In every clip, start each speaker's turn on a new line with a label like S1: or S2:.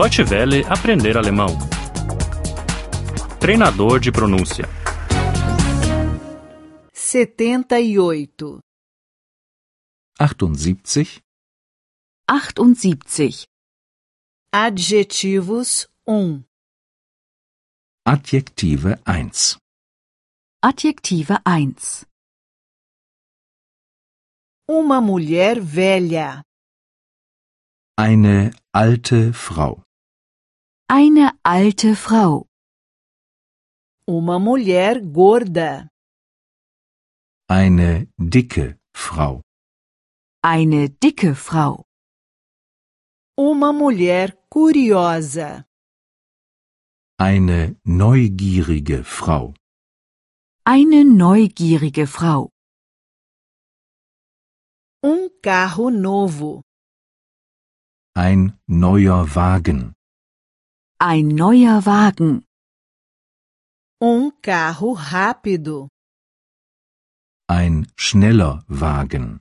S1: Deutsche Welle aprender alemão. Treinador de pronúncia.
S2: 78.
S3: 78.
S4: 78.
S2: Adjetivos 1.
S3: Adjektive 1.
S4: Adjektive 1.
S2: Uma mulher velha.
S3: Eine alte Frau.
S4: Eine alte Frau.
S2: Uma mulher gorda.
S3: Eine dicke Frau.
S4: Eine dicke Frau.
S2: Uma mulher curiosa.
S3: Eine neugierige Frau.
S4: Eine neugierige Frau.
S2: Um carro novo.
S3: Ein neuer Wagen.
S4: Ein neuer Wagen.
S2: Um carro rápido.
S3: Ein schneller Wagen.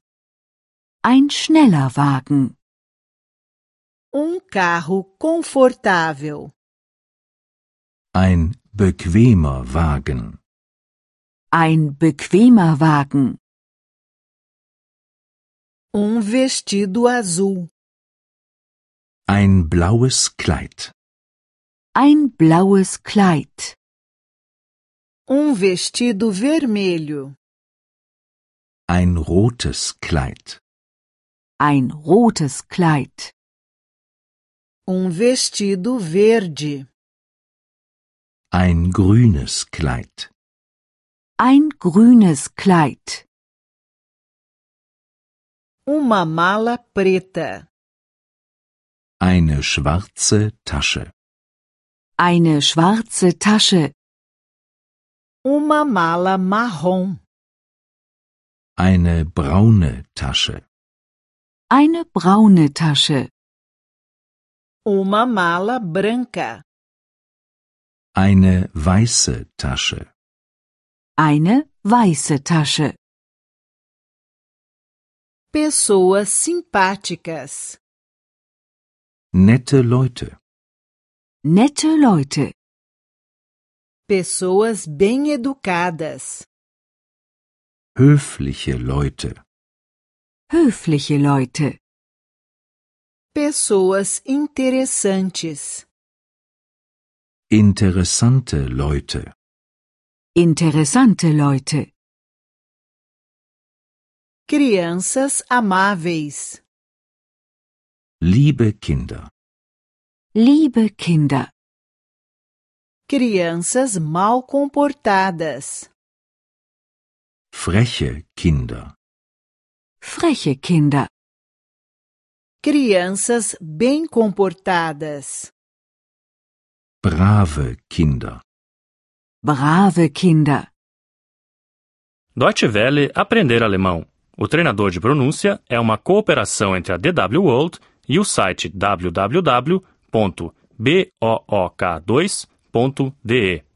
S4: Ein schneller Wagen.
S2: Um carro confortável.
S3: Ein bequemer Wagen.
S4: Ein bequemer Wagen.
S2: Um vestido azul.
S3: Ein blaues Kleid.
S4: Ein blaues Kleid.
S2: Um vestido vermelho.
S3: Ein rotes Kleid.
S4: Ein rotes Kleid.
S2: Um vestido verde.
S3: Ein grünes Kleid.
S4: Ein grünes Kleid.
S2: Uma mala preta.
S3: Eine schwarze Tasche.
S4: Eine schwarze Tasche.
S2: Uma mala marrom.
S3: Eine braune Tasche.
S4: Eine braune Tasche.
S2: Uma mala branca.
S3: Eine weiße Tasche.
S4: Eine weiße Tasche.
S2: Pessoas simpáticas.
S3: Nette Leute.
S4: Nette Leute.
S2: Pessoas bem educadas.
S3: Höfliche Leute.
S4: Höfliche Leute.
S2: Pessoas interessantes.
S3: Interessante Leute.
S4: Interessante Leute.
S2: Crianças amáveis.
S3: Liebe Kinder.
S4: Liebe Kinder.
S2: Crianças mal comportadas.
S3: Freche Kinder.
S4: Freche Kinder.
S2: Crianças bem comportadas.
S3: Brave Kinder.
S4: Brave Kinder.
S1: Deutsche Welle aprender alemão. O treinador de pronúncia é uma cooperação entre a DW World e o site www.book2.de.